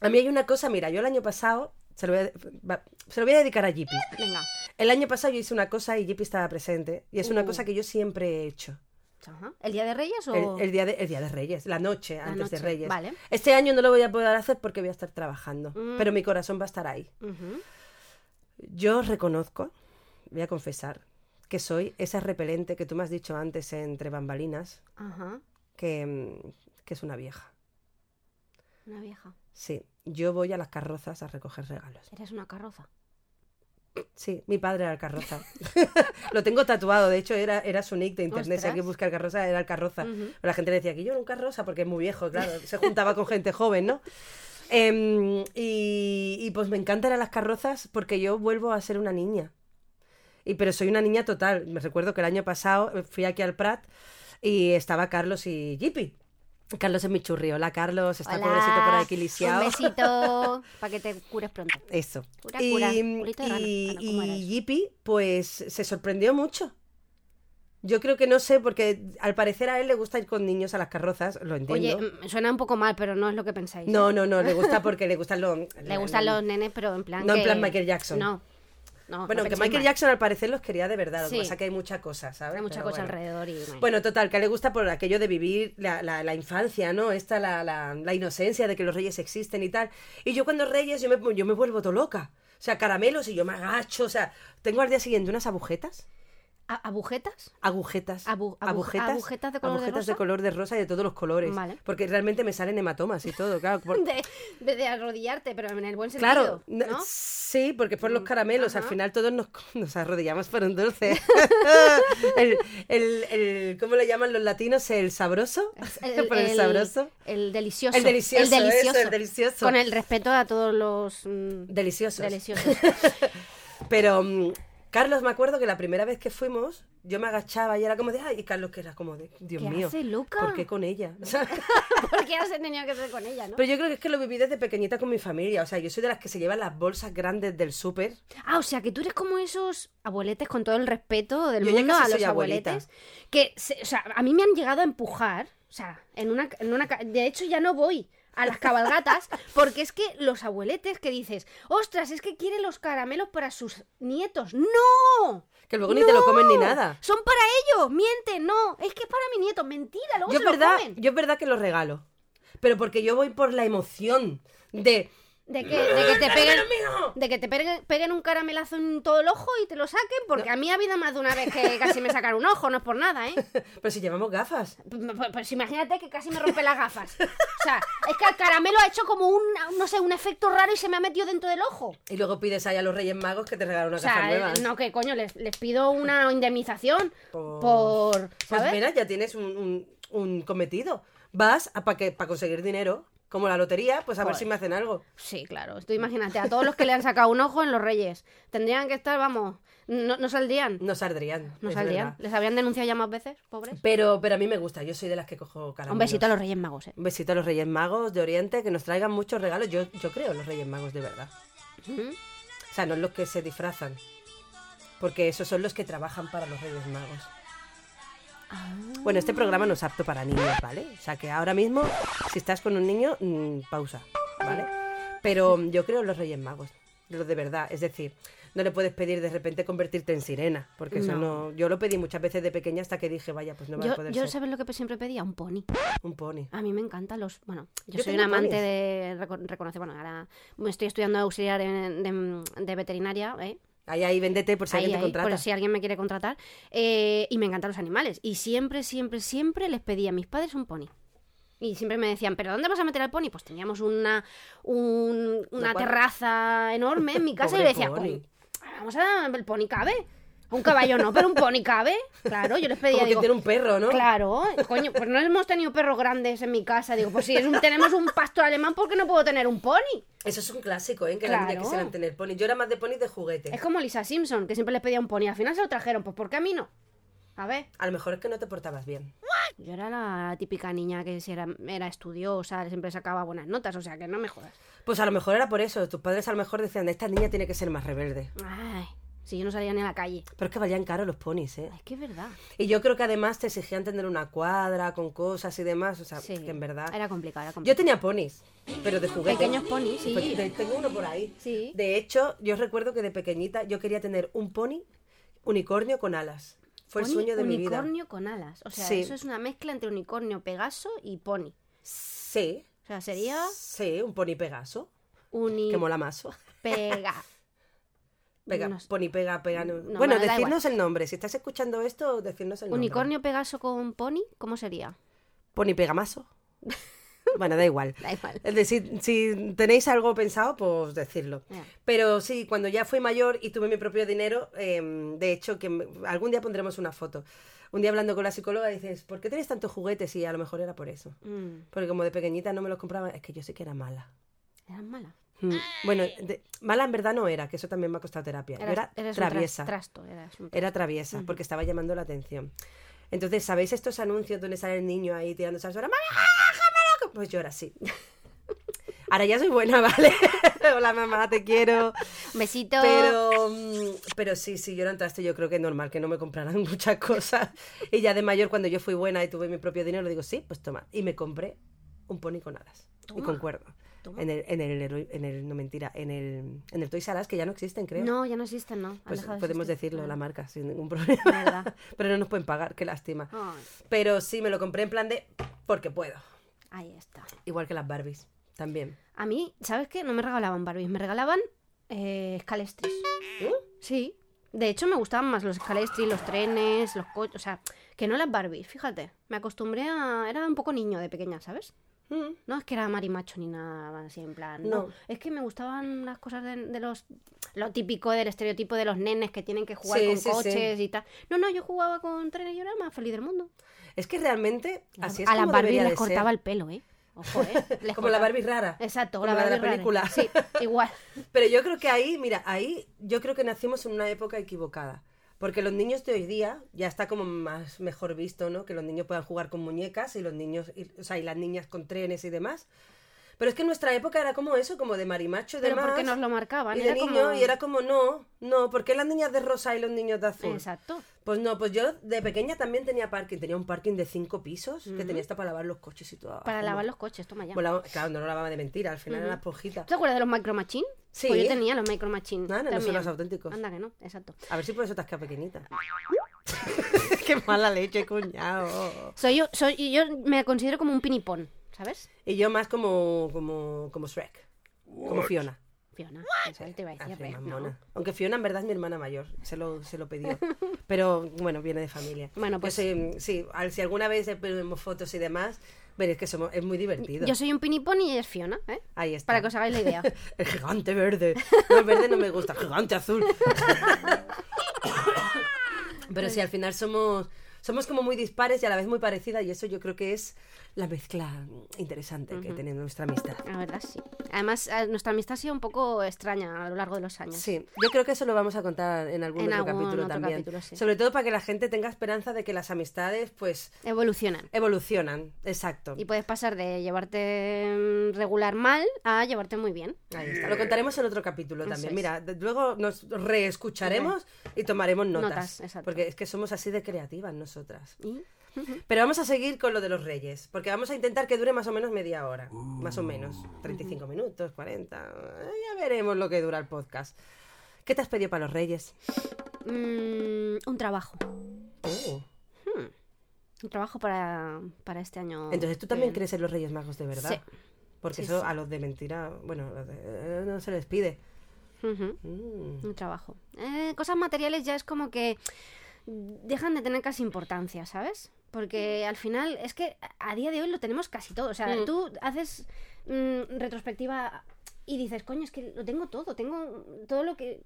A mí hay una cosa, mira, yo el año pasado, se lo voy a, va- se lo voy a dedicar a Jippy. Venga. El año pasado yo hice una cosa y Jippy estaba presente. Y es una Uh. cosa que yo siempre he hecho. Ajá. ¿El día de Reyes o...? El, el día de, el día de Reyes, la noche Oh. La antes de noche, Reyes. vale. Este año no lo voy a poder hacer porque voy a estar trabajando, Mm. pero mi corazón va a estar ahí. Ujú. Yo reconozco, voy a confesar, que soy esa repelente que tú me has dicho antes entre bambalinas, Ajá. que, mm, que es una vieja. Una vieja. Sí, yo voy a las carrozas a recoger regalos. Eres una carroza. Sí, mi padre era el carroza. lo tengo tatuado, de hecho era, era su nick de internet. Si Ostras. alguien busca el carroza, era el carroza. Ujú. Pero la gente le decía que yo era un carroza porque es muy viejo, claro. Se juntaba con gente joven, ¿no? Em, y, y pues me encantan las carrozas porque yo vuelvo a ser una niña. Y, pero soy una niña total. Me recuerdo que el año pasado fui aquí al Prat y estaba Carlos y Jippy. Carlos es mi churri. Hola, Carlos. Está Hola. pobrecito por aquí Un lisiado. besito para que te cures pronto. Eso. Cura, y cura. Culito de rana. y- Ah, no, ¿cómo era y eso? Yipi, pues se sorprendió mucho. Yo creo que no sé, porque al parecer a él le gusta ir con niños a las carrozas, lo Oye, entiendo. mm, suena un poco mal, pero no es lo que pensáis. no, ¿eh? no, no, le gusta porque le gustan los... Le gustan los nenes, pero en plan No en que- plan Michael Jackson. No. no Bueno, no que penséis Michael mal. Jackson al parecer los quería de verdad, lo que Sí. pasa que hay mucha cosa, ¿sabes? Hay mucha Pero cosa bueno. alrededor y... bueno. Bueno, total, que a él le gusta por aquello de vivir la, la- la infancia, ¿no? Esta, la, la- la inocencia de que los reyes existen y tal. Y yo cuando reyes, yo me, yo me vuelvo todo loca. O sea, caramelos y yo me agacho. O sea, tengo al día siguiente unas agujetas. ¿A- ¿Agujetas? Agujetas. Abu- abu- agujetas. agujetas de color de agujetas de rosa. color de rosa y de todos los colores. Vale. Porque realmente me salen hematomas y todo, claro. por- De, de, de arrodillarte, pero en el buen sentido, Claro, ¿no? n- sí, porque por los Mm, caramelos, al ajá. final todos nos, nos arrodillamos por un dulce. el, el- el- ¿Cómo le llaman los latinos? ¿El sabroso? por el, sabroso. el delicioso. El delicioso, El delicioso. eso, el delicioso. Con el respeto a todos los mm, Deliciosos. deliciosos. Pero, mm, Carlos, me acuerdo que la primera vez que fuimos, yo me agachaba y era como de, ay, y Carlos que era como de, Dios ¿Qué mío, hace, loca? ¿por qué con ella? O sea, ¿Por qué has tenido que ser con ella, no? Pero yo creo que es que lo viví desde pequeñita con mi familia. O sea, yo soy de las que se llevan las bolsas grandes del súper. Ah, o sea, que tú eres como esos abueletes, con todo el respeto del Yo ya mundo casi a los soy abuelita. abueletes, que, se- o sea, a mí me han llegado a empujar, o sea, en una, en una... ca- De hecho, ya no voy a las cabalgatas, porque es que los abueletes que dices, ostras, es que quiere los caramelos para sus nietos. ¡No! Que luego ni te lo comen ni nada. Son para ellos, miente, no, es que es para mi nieto, mentira, luego Yo es, se lo verdad, comen. yo es verdad que lo regalo. Pero porque yo voy por la emoción de... De que, de que te peguen, mío! de que te peguen, peguen un caramelazo en todo el ojo y te lo saquen, porque a mí ha habido más de una vez que casi me sacaron un ojo, no es por nada, ¿eh? Pero si llevamos gafas. P- p- Pues imagínate que casi me rompe las gafas. O sea, es que el caramelo ha hecho como un, no sé, un efecto raro y se me ha metido dentro del ojo. Y luego pides ahí a los Reyes Magos que te regalen una O gafa sea, eh, nueva. no, que coño, les, les pido una indemnización Por- por, pues ¿sabes? mira, ya tienes un, un- un cometido. Vas a para que, pa conseguir dinero, como la lotería, pues a ver Joder. si me hacen algo. Sí, claro. Tú imagínate, a todos los que le han sacado un ojo en los Reyes. Tendrían que estar, vamos, no, no saldrían. No saldrían. No es saldrían. verdad. Les habían denunciado ya más veces, pobres. Pero, pero a mí me gusta, yo soy de las que cojo caramelos. Un besito a los Reyes Magos, ¿eh? Un besito a los Reyes Magos de Oriente, que nos traigan muchos regalos. Yo, yo creo en los Reyes Magos de verdad. Ujú. O sea, no en los que se disfrazan. Porque esos son los que trabajan para los Reyes Magos. Ah. Bueno, este programa no es apto para niños, ¿vale? O sea, que ahora mismo, si estás con un niño, mm, pausa, ¿vale? Pero mm, yo creo en los Reyes Magos. Los de verdad. Es decir, no le puedes pedir de repente convertirte en sirena. Porque eso No. no. Yo lo pedí muchas veces de pequeña hasta que dije, vaya, pues no va a Yo, poder yo ser ¿sabes lo que siempre pedía? Un pony. un pony. A mí me encantan los... Bueno, yo, Yo soy tengo un amante ponies. de reco- reconocer... Bueno, ahora me estoy estudiando auxiliar en- de, de veterinaria, ¿eh? Ahí, ahí, véndete por si Ahí, alguien te ahí, contrata. por si alguien me quiere contratar. Eh, y me encantan los animales. Y siempre, siempre, siempre les pedía a mis padres un pony. Y siempre me decían, ¿pero dónde vas a meter al pony? Pues teníamos una, un- una cuadra. terraza enorme en mi casa y Pobre le decía, pony. "Coño, vamos a... el pony cabe. Un caballo no, pero un pony cabe. Claro, yo les pedía, Como que digo, tiene un perro, ¿no? Claro, coño, pues no hemos tenido perros grandes en mi casa. Digo, pues si es un- tenemos un pastor alemán, ¿por qué no puedo tener un pony? Eso es un clásico, ¿eh? Que las Claro. niñas quisieran tener ponis. Yo era más de ponis de juguete. Es como Lisa Simpson, que siempre les pedía un pony. Al final se lo trajeron, pues ¿por qué a mí no? A ver, A lo mejor es que no te portabas bien. yo era la típica niña que si era, era estudiosa, siempre sacaba buenas notas, o sea que no me jodas. Pues a lo mejor era por eso. Tus padres a lo mejor decían, esta niña tiene que ser más rebelde. Ay, Si yo no salía ni a la calle. Pero es que valían caro los ponis, ¿eh? Ay, Es que es verdad. Y yo creo que además te exigían tener una cuadra con cosas y demás. O sea, Sí. Ah, que en verdad. Era complicado, era Yo complicado. tenía ponis, pero de juguete. Pequeños ponis, sí. Pues te- tengo uno por ahí. Sí. De hecho, yo recuerdo que de pequeñita yo quería tener un pony unicornio con alas. Fue Pony el sueño de mi vida. Unicornio con alas. O sea, Sí. eso es una mezcla entre unicornio, Pegaso y pony. Sí. O sea, sería Sí, un pony pegaso. uni Que mola más. pega. Pega, No sé. pony pega, pega. no, bueno, bueno, da decirnos el nombre. Si estás escuchando esto, decirnos el nombre. Unicornio Pegaso con pony, ¿cómo sería? Pony pegamaso. bueno, da igual. Da igual. Es decir, si tenéis algo pensado, pues decirlo. Ya. Pero sí, cuando ya fui mayor y tuve mi propio dinero, em, de hecho, que me- algún día pondremos una foto. Un día hablando con la psicóloga dices, ¿por qué tienes tantos juguetes? Y a lo mejor era por eso. Mm, Porque como de pequeñita no me los compraba, es que yo sé que era mala. eras mala. Mm. Bueno, de- mala en verdad no era, que eso también me ha costado terapia. Yo Eras, era eras un tras- traviesa. trasto, eras un Era traviesa, porque estaba llamando la atención. Entonces, ¿sabéis estos anuncios donde sale el niño ahí tirándose a la ¡Mamá, déjamelo! Pues yo ahora sí. Ahora ya soy buena, ¿vale? Hola, mamá, te quiero. trasto. Besito. Pero, mm, pero sí, sí, yo era un traste, yo creo que es normal que no me compraran muchas cosas. Y ya de mayor, cuando yo fui buena y tuve mi propio dinero, digo, sí, pues toma. Y me compré un pony con alas y Toma, con cuerda. toma. En el, en el, heroi- en el, no mentira, en el, en el Toys R Us, que ya no existen, creo. No, ya no existen, ¿no? Han Pues dejado de podemos existir. decirlo, Ah. la marca, sin ningún problema. Verdad. Ah. Pero no nos pueden pagar, qué lástima. Ay, Pero sí, me lo compré en plan de porque puedo. ahí está. Igual que las Barbies, también. A mí, ¿sabes qué? No me regalaban Barbies, me regalaban eh, escalestris. ¿Mm? Sí. De hecho, me gustaban más los escalestris, los trenes, los coches, o sea, que no las Barbies, fíjate. Me acostumbré a... Era un poco niño de pequeña, ¿sabes? Mm. No es que era marimacho ni nada así en plan. No. No. Es que me gustaban las cosas de, de los. Lo típico del estereotipo de los nenes que tienen que jugar Sí, con sí, sí. coches y tal. No, no, yo jugaba con trenes y yo era más feliz del mundo. Es que realmente así es a las como Barbie debería les de ser. cortaba el pelo, ¿eh? Ojo, ¿eh? Les Como la cortaba- Barbie rara. Exacto, Como la de la Barbie rara. película. Sí, igual. Pero yo creo que ahí, mira, ahí yo creo que nacimos en una época equivocada. Porque los niños de hoy día ya está como más mejor visto, ¿no? Que los niños puedan jugar con muñecas y los niños, y- o sea, y las niñas con trenes y demás. Pero es que en nuestra época era como eso, como de marimacho y Pero demás. porque nos lo marcaban. Y de era niño, como- y era como, no, no, ¿por qué las niñas de rosa y los niños de azul? Exacto. Pues no, pues yo de pequeña también tenía parking, tenía un parking de cinco pisos que tenía hasta para lavar los coches y todo. Para Como- lavar los coches, toma ya. Volaba- claro, no lo lavaba de mentira, al final era Ujú. la esponjita. ¿Tú ¿Te acuerdas de los Micro Machine? Sí. Pues yo tenía los Micro Machine. Ah, no, no son también. los auténticos. Anda que no, exacto. A ver si por eso te has quedado pequeñita. qué mala leche, cuñado. Soy yo, soy, yo me considero como un pinipón, ¿sabes? Y yo más como, como, como Shrek, como Fiona. Fiona, eso te iba a decir, Así, pero no. Ah, mamona. Aunque Fiona en verdad es mi hermana mayor, se lo, se lo pidió. Pero bueno, viene de familia. Bueno, Yo pues- soy- sí, al- si alguna vez vemos fotos y demás, veréis que somos, es muy divertido. Yo soy un pinipón y ella es Fiona, ¿eh? Ahí está. Para que os hagáis la idea. El gigante verde. No, el verde no me gusta, el gigante azul. Pero sí, al final somos, somos como muy dispares y a la vez muy parecidas y eso yo creo que es la mezcla interesante que tenemos en nuestra amistad. La verdad, sí. Además, eh, nuestra amistad ha sido un poco extraña a lo largo de los años. Sí, yo creo que eso lo vamos a contar en algún En otro algún capítulo otro también. capítulo, sí. Sobre todo para que la gente tenga esperanza de que las amistades pues Evolucionan. evolucionan. Exacto. Y puedes pasar de llevarte mm, regular mal a llevarte muy bien. Ahí está. Lo contaremos en otro capítulo Eh, Eso también. es. Mira, de- luego nos reescucharemos y tomaremos notas. Notas, exacto. Porque es que somos así de creativas nosotras. Y Pero vamos a seguir con lo de los reyes, porque vamos a intentar que dure más o menos media hora. Más Uh. o menos. 35 minutos, 40. eh, Ya veremos lo que dura el podcast. ¿Qué te has pedido para los reyes? mm, un trabajo. Oh. Un trabajo para, para este año. Entonces tú que también viene. crees en los reyes magos de verdad. Sí. Porque Sí, eso sí. a los de mentira, bueno, a los de- eh, no se les pide. Ujú. Mm. Un trabajo. Eh, cosas materiales ya es como que dejan de tener casi importancia, ¿sabes? Porque al final es que a día de hoy lo tenemos casi todo. O sea, Mm. tú haces mm, retrospectiva y dices, coño, es que lo tengo todo, tengo todo lo que...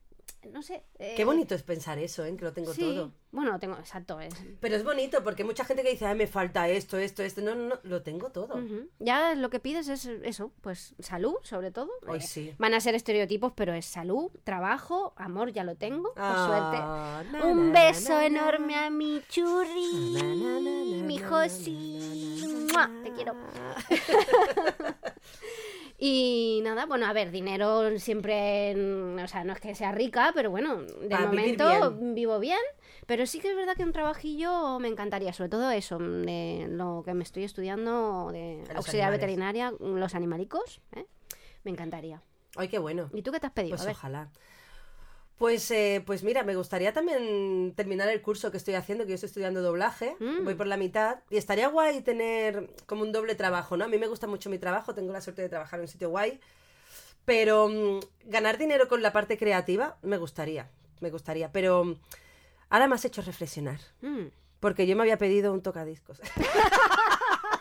No sé. eh, Qué bonito es pensar eso, ¿eh? que lo tengo sí. todo. Bueno, lo tengo, exacto. es- Pero es bonito porque hay mucha gente que dice, ay, me falta esto, esto, esto. No, no, no, lo tengo todo. Ujú. Ya lo que pides es eso, pues salud, sobre todo. Ay, Eh, sí. Van a ser estereotipos, pero es salud, trabajo, amor, ya lo tengo, por suerte. Ah, na, na, Un na, beso na, na. enorme a mi churri, Na, na, na, na, mi na, Josi. na, na, na, ¡Mua! na. Te quiero. Y nada, bueno, a ver, dinero siempre, mm, o sea, no es que sea rica, pero bueno, de Para vivir momento vivo bien, pero sí que es verdad que un trabajillo me encantaría, sobre todo eso, mm, de lo que me estoy estudiando de los auxiliar animales. veterinaria, los animalicos, ¿eh? me encantaría. Ay, qué bueno. ¿Y tú qué te has pedido? Pues a ver. ojalá. Pues, eh, pues mira, me gustaría también terminar el curso que estoy haciendo, que yo estoy estudiando doblaje, Mm. voy por la mitad, y estaría guay tener como un doble trabajo, ¿no? A mí me gusta mucho mi trabajo, tengo la suerte de trabajar en un sitio guay, pero mm, ganar dinero con la parte creativa me gustaría, me gustaría, pero mm, ahora me has hecho reflexionar, Mm, porque yo me había pedido un tocadiscos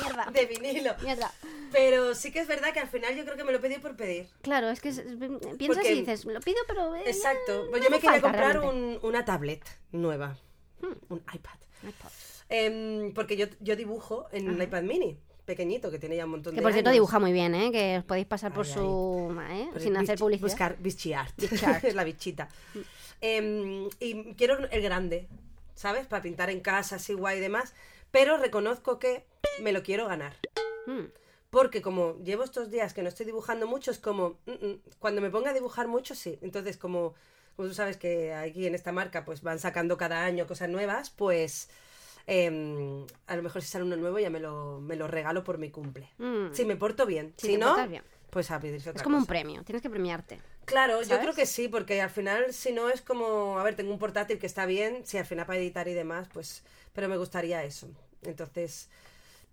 mierda, de vinilo, mierda. pero sí que es verdad que al final yo creo que me lo pedí por pedir. Claro, es que es- es- piensas Porque- y dices, lo pido, pero... eh, Exacto. no Pues yo me hace quería falta comprar realmente". Hmm. un- una tablet nueva. Un iPad. Ay, pa- Em, porque yo, yo dibujo en un iPad mini, pequeñito, que tiene ya un montón de. Ah. Que por cierto años. dibuja muy bien, ¿eh? Que os podéis pasar por Ay, Pues su... ¿eh? Pero Sin bich- hacer publicidad. Hmm. Buscar bichiart. Bichart. la bichita. Em, y quiero el grande, ¿sabes? Para pintar en casa, así guay y demás. Pero reconozco que me lo quiero ganar. Mm. Porque como llevo estos días que no estoy dibujando mucho, es como, "Mm, mm". cuando me ponga a dibujar mucho, sí. Entonces, como, como tú sabes que aquí en esta marca pues van sacando cada año cosas nuevas, pues em, a lo mejor si sale uno nuevo ya me lo, me lo regalo por mi cumple. Mm. Si me porto bien, Si si te no, portas bien. pues a pedirse otra Es como un cosa. premio, tienes que premiarte. Claro, yo ¿sabes? creo que sí, porque al final si no es como, a ver, tengo un portátil que está bien, si al final para editar y demás, pues, pero me gustaría eso. Entonces,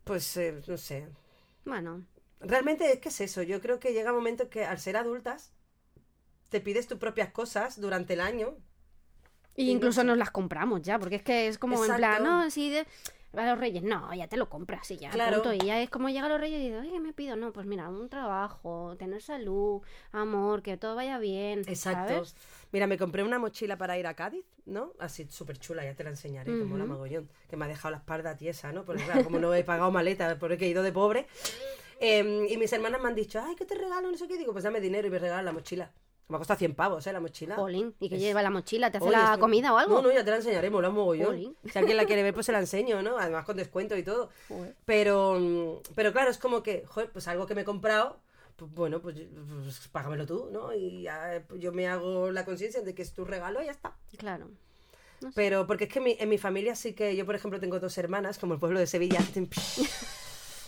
pues, eh, no sé, Bueno, Realmente es que es eso. Yo creo que llega un momento que al ser adultas te pides tus propias cosas durante el año. y Sí, no incluso sé. nos las compramos ya, porque es que es como en Exacto. plan, no, así de... A los reyes, no, ya te lo compras y ya, Claro. punto. Y ya es como llega a los reyes y dices, oye, ¿qué me pido? No, pues mira, un trabajo, tener salud, amor, que todo vaya bien, ¿sabes? Mira, me compré una mochila para ir a Cádiz, ¿no? Así súper chula, ya te la enseñaré, como la magollón, que me ha dejado la espalda tiesa, ¿no? Porque claro, como no he pagado maleta, porque he ido de pobre. Eh, y mis hermanas me han dicho, ay, ¿qué te regalo? No sé qué. Digo, pues dame dinero y me regalan la mochila. Me ha costado 100 pavos, ¿eh? La mochila. Jolín, y que Es- lleva la mochila, te hace Oye, la esto- comida o algo. No, no, ya te la enseñaré, mola un mogollón. Jolín. Si alguien la quiere ver, pues se la enseño, ¿no? Además con descuento y todo. Joder. Pero, mm, pero claro, es como que, joder, pues algo que me he comprado, pues bueno, pues, pues págamelo tú, ¿no? Y ya, pues, yo me hago la conciencia de que es tu regalo y ya está. Claro. Pero porque es que mi- en mi familia sí que yo, por ejemplo, tengo dos hermanas, como el pueblo de Sevilla.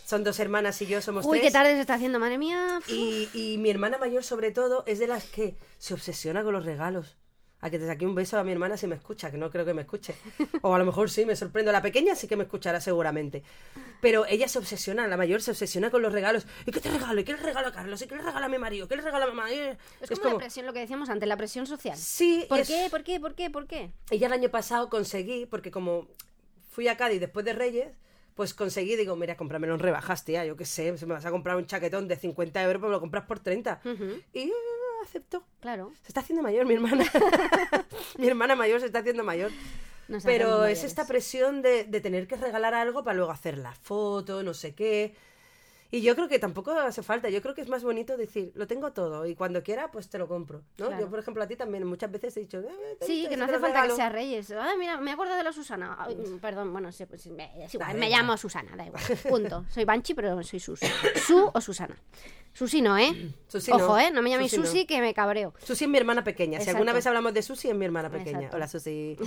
Son dos hermanas y yo somos Uy, tres. qué tarde se está haciendo, madre mía. Y, y mi hermana mayor, sobre todo, es de las que se obsesiona con los regalos. A que desde aquí un beso a mi hermana si me escucha, que no creo que me escuche. O a lo mejor sí, me sorprendo. La pequeña sí que me escuchará seguramente. Pero ella se obsesiona, la mayor se obsesiona con los regalos. ¿Y qué te regalo? ¿Y qué le regalo a Carlos? ¿Y qué le regalo a mi marido? ¿Qué le regalo a mamá? Eh, Es como, la presión, lo que decíamos antes, la presión social. Sí, ¿Por es- qué? ¿Por qué? ¿Por qué? ¿Por qué? y ya el año pasado conseguí, porque como fui a Cádiz después de Reyes, pues conseguí, digo, mira, cómpramelo en rebajas, tía, yo qué sé, si me vas a comprar un chaquetón de 50 euros, pues lo compras por 30. Ujú. Y eh, aceptó. Claro. Se está haciendo mayor mi hermana. mi hermana mayor se está haciendo mayor. Nos hacemos Pero mayores. es esta presión de, de tener que regalar algo para luego hacer la foto, no sé qué. Y yo creo que tampoco hace falta. Yo creo que es más bonito decir, lo tengo todo y cuando quiera, pues te lo compro. ¿no? Claro. Yo, por ejemplo, a ti también muchas veces he dicho, "Eh, te Sí, gusta que no esto, te hace lo falta que regalo". sea Reyes. Ah, mira, me acuerdo de la Susana. Ay, mm, perdón, bueno, sí, pues, me- es igual, Da me igual. llamo Susana, da igual. Punto. Soy Banchi, pero soy Susi. Su o Susana. Susi no, ¿eh? Susi Ojo, ¿eh? No me llaméis Susi no. Susi, que me cabreo. Susi es mi hermana pequeña. Si alguna Exacto. vez hablamos de Susi, es mi hermana pequeña. Exacto. Hola, Susi.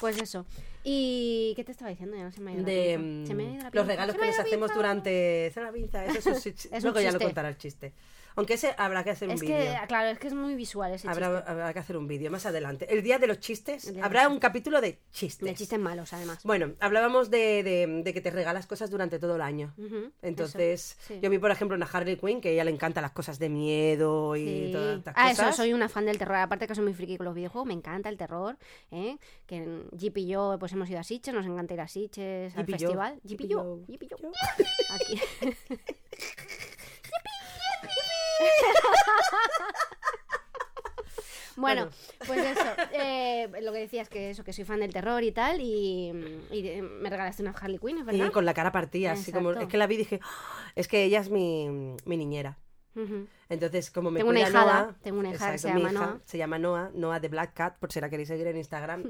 Pues eso. ¿Y qué te estaba diciendo? Ya no se me ha ido la de pinza. Se me ha ido la mm, pinza. los regalos Se que me ha nos ido la hacemos pinza. durante es una pinza, eso es un chis- un luego ya lo chiste. contará el chiste aunque ese habrá que hacer un Es vídeo que, claro, es que es muy visual ese habrá, chiste. habrá que hacer un vídeo más adelante el día de los El chistes día de habrá los un capítulo de chistes De chistes malos, además. bueno hablábamos de, de- de que te regalas cosas durante todo el año Ujú, Mm, eso. entonces Sí. yo vi por ejemplo una Harley Quinn que a ella le encantan las cosas de miedo y Sí. todas estas ah, cosas eso, soy una fan del terror. Aparte que soy muy friki con los videojuegos, me encanta el terror. ¿eh? Que en Jeep y yo pues hemos ido a Sitges, nos encanta ir a Sitges, al Jeep y yo, festival. Jeep y yo, Jeep y yo. Aquí. Bueno, Bueno. pues eso, eh, lo que decías que eso, que soy fan del terror y tal, y, y, eh, me regalaste una Harley Quinn, ¿es y verdad? con la cara partida así como Exacto. es que la vi y dije "Ah, es que ella es mi, mi niñera Ujú. Entonces, como me Tengo una cuida hijada, Noah- tengo una hijada que se mi llama hija Noah. Se llama Noah, Noah de Black Cat, por si la queréis seguir en Instagram.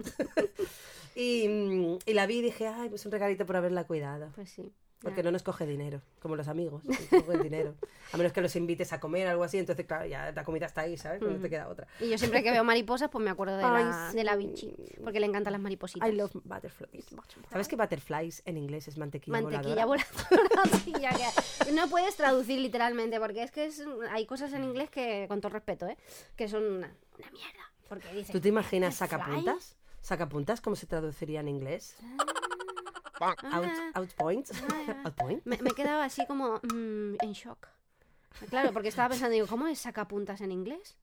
y, mm, y la vi y dije, ay, pues un regalito por haberla cuidado. Pues sí. Porque no nos coge dinero, como los amigos, nos cogen dinero. A menos que los invites a comer o algo así, entonces, claro, ya la comida está ahí, ¿sabes? No te queda otra. Y yo siempre que veo mariposas, pues me acuerdo de, la, Ay, de la sí. Vinci, porque le encantan las maripositas. I love butterflies. ¿Sabes que butterflies en inglés es mantequilla, Mantequilla voladora? voladora. sí, ya que- no puedes traducir literalmente, porque es que es- hay cosas en inglés que, con todo respeto, ¿eh? que son una, una mierda. Porque dicen, ¿Tú te imaginas "Butterfly". sacapuntas? ¿Sacapuntas? ¿Cómo se traduciría en inglés? Ah. Out, out point. out point. Me, me he quedado así como mm, en shock. Claro, porque estaba pensando, digo, ¿cómo es sacapuntas en inglés?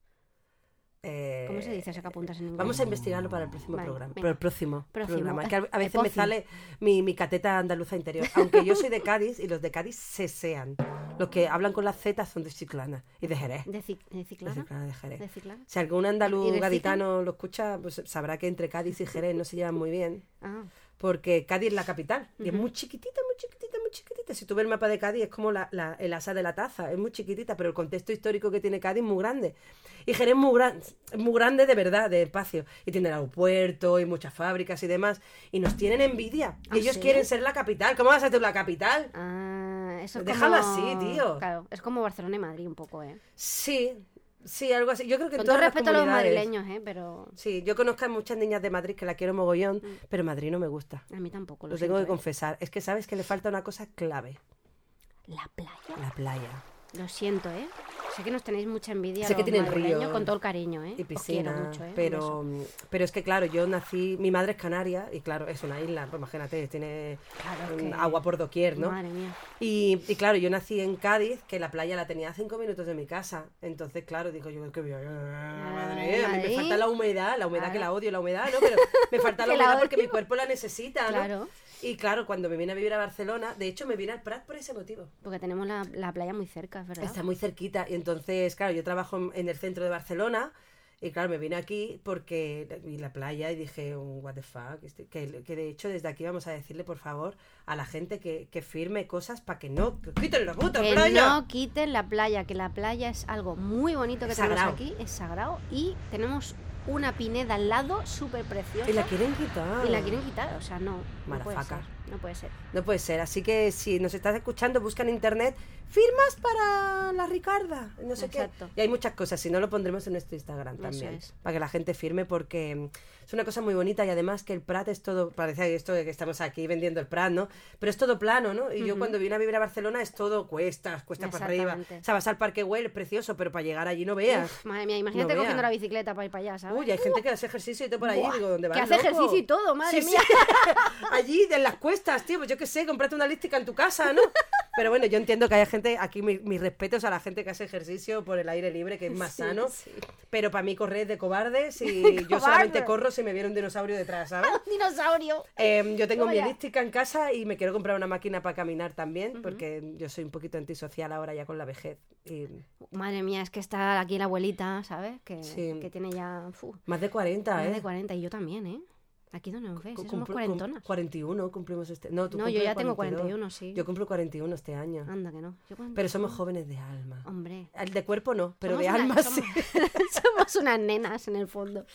Eh, ¿Cómo se dice sacapuntas en inglés? Vamos a investigarlo para el próximo Vale, programa. venga. Para el próximo, Próximo. programa. Que a, a Eh, veces me pócimo. sale mi, mi cateta andaluza interior. Aunque yo soy de Cádiz y los de Cádiz se sean. Los que hablan con las Z son de Chiclana y de Jerez. ¿De, ci- de De ciclana? Chiclana, de ¿De Jerez. ciclana? Si algún andaluz ¿Y de gaditano lo escucha, pues sabrá que entre Cádiz y Jerez no se llevan muy bien. Ah, Porque Cádiz es la capital. Y es muy chiquitita, muy chiquitita, muy chiquitita. Si tú ves el mapa de Cádiz, es como la, la- el asa de la taza. Es muy chiquitita, pero el contexto histórico que tiene Cádiz es muy grande. Y Jerez es muy, gran- es muy grande de verdad, de espacio. Y tiene el aeropuerto y muchas fábricas y demás. Y nos tienen envidia. Y ¿Ah, ellos sí? quieren ser la capital. ¿Cómo vas a ser tú la capital? ah, eso es Déjalo como- así, tío. Claro, es como Barcelona y Madrid un poco, ¿eh? Sí, sí, algo así. Yo creo que en Con todo todas las respeto a los comunidades- madrileños, ¿eh? Pero Sí, yo conozco a muchas niñas de Madrid que la quiero mogollón, pero Madrid no me gusta. a mí tampoco. Mm. Lo, Lo tengo que siento, ¿eh? confesar. Es que sabes que le falta una cosa clave. La playa. La playa. Lo siento, ¿eh? Sé que nos tenéis mucha envidia. Sé a que los tienen madrileños, río Con todo el cariño, ¿eh? y Os piscina, quiero mucho, ¿eh? Un pero, beso. pero es que claro, yo nací, mi madre es canaria y claro, es una isla, pues imagínate, tiene Claro, es mm, que- agua por doquier, ¿no? Madre mía. Y, y claro, yo nací en Cádiz, que la playa la tenía a cinco minutos de mi casa, entonces claro, digo yo, que voy a- madre, a mí me Madrid. falta la humedad, la humedad que la Claro. odio, la humedad, ¿no? Pero me falta la Que la humedad porque odio. mi cuerpo la necesita, ¿no? Claro. Y claro, cuando me vine a vivir a Barcelona, de hecho me vine al Prat por ese motivo. Porque tenemos la, la playa muy cerca, es verdad. Está muy cerquita. Y entonces, claro, yo trabajo en- en el centro de Barcelona. Y claro, me vine aquí porque vi la playa y dije, un what the fuck. este- Que, que de hecho, desde aquí vamos a decirle, por favor, a la gente que, que firme cosas para que no que quiten los putos que playa. no quiten la playa, que la playa es algo muy bonito que Es tenemos sagrado. aquí, es sagrado. Y tenemos una pineda al lado súper preciosa. Y la quieren quitar. y la quieren quitar, o sea, no. No puede, ser, Marafaca. no puede ser. No puede ser. Así que si nos estás escuchando, busca en internet firmas para la Ricarda. No sé Exacto. qué. Y hay muchas cosas. Si no, lo pondremos en nuestro Instagram Eso también. es. Para que la gente firme, porque mm, es una cosa muy bonita. Y además que el Prat es todo. Parece que esto de que estamos aquí vendiendo el Prat, ¿no? Pero es todo plano, ¿no? Y yo cuando vine a vivir a Barcelona es todo cuestas, cuestas para arriba. Exactamente. O sea, vas al Parque Güell, precioso, pero para llegar allí no veas. Uf, madre mía, imagínate No cogiendo vea. la bicicleta para ir para allá, ¿sabes? Uy, hay gente que hace ejercicio y todo por allí. Buah, Digo, ¿dónde que vas, hace loco? ejercicio y todo, madre Sí, mía. sí. allí, de las cuestas, tío. Pues yo qué sé, comprate una elíptica en tu casa, ¿no? Pero bueno, yo entiendo que hay gente, aquí mi- mis respetos a la gente que hace ejercicio por el aire libre, que es más sano. Pero para mí correr es de cobardes y yo solamente Cobarde. corro si me viene un dinosaurio detrás, ¿sabes? ¡Un dinosaurio! Em, yo tengo Toma mi Oh, ya. elíptica en casa y me quiero comprar una máquina para caminar también, porque yo soy un poquito antisocial ahora ya con la vejez. Y Madre mía, es que está aquí la abuelita, ¿sabes? Que, Sí. que tiene ya fu, más de 40, más ¿eh? de 40 y yo también, ¿eh? Aquí donde nos ves, Cu- somos cumplo- cum- cuarentonas. 41 cumplimos este. No, tú No, cumples yo ya 42. tengo 41, sí. Yo cumplo 41 este año. Anda que no. Yo cuando- Pero somos jóvenes de alma. Hombre. El de cuerpo no, pero Somos de una- alma sí. somos, somos unas nenas en el fondo.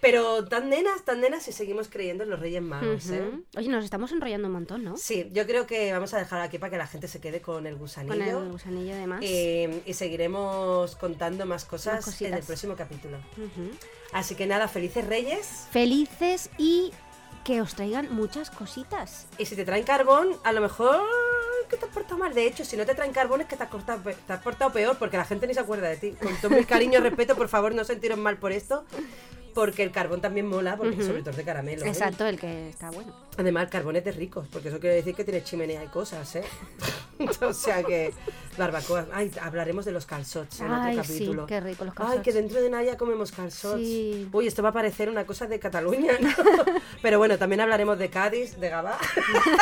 Pero tan nenas, tan nenas y seguimos creyendo en los Reyes Magos, ¿eh? Ujú. Oye, nos estamos enrollando un montón, ¿no? Sí, yo creo que vamos a dejar aquí para que la gente se quede con el gusanillo. Con el gusanillo de más. eh, y seguiremos contando más Más cosas cositas. en el próximo capítulo. Ujú. Así que nada, felices Reyes. Felices y que os traigan muchas cositas. Y si te traen carbón, a lo mejor que te has portado mal. De hecho, si no te traen carbón es que te has, cortado pe- te has portado peor porque la gente ni se acuerda de ti. Con todo mi cariño y respeto, por favor, no sentiros mal por esto. Porque el carbón también mola, porque sobre todo es de caramelo. ¿eh? Exacto, el que está bueno. Además, carbonetes ricos, porque eso quiere decir que tiene chimenea y cosas, ¿eh? o sea que barbacoas. Ay, hablaremos de los calzots en Ay, otro sí, capítulo. qué rico los Ay, que calzots. dentro de Naya comemos calzots. Sí. Uy, esto va a parecer una cosa de Cataluña, ¿no? Pero bueno, también hablaremos de Cádiz, de Gabá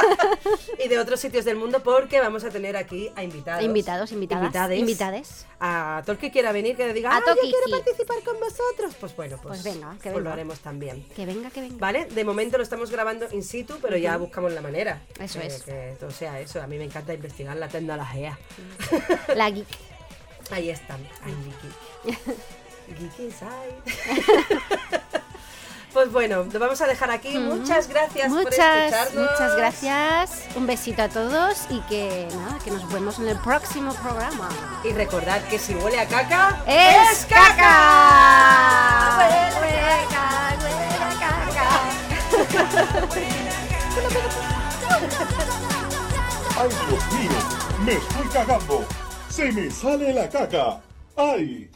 y de otros sitios del mundo, porque vamos a tener aquí a invitados. Invitados, invitadas, Invitades. invitades. A todo el que quiera venir, que diga, A "Ah, yo todo quiero Kiki". participar con vosotros. Pues bueno, pues, Pues venga, que pues lo venga. haremos también. Que venga, que venga. ¿Vale? De momento lo estamos grabando in situ, pero ya buscamos la manera. Eso Que- es. que esto sea eso. A mí me encanta investigar la tecnología. La geek. Ahí están. Ay, Vicky. Vicky inside. Pues bueno, lo vamos a dejar aquí. Muchas gracias por Muchas, escucharnos. muchas gracias. Un besito a todos y que nada, que nos vemos en el próximo programa. Y recordad que si huele a caca, ¡Es caca! ¡Ay, Dios mío! ¡Me estoy cagando! ¡Se me sale la caca! ¡Ay!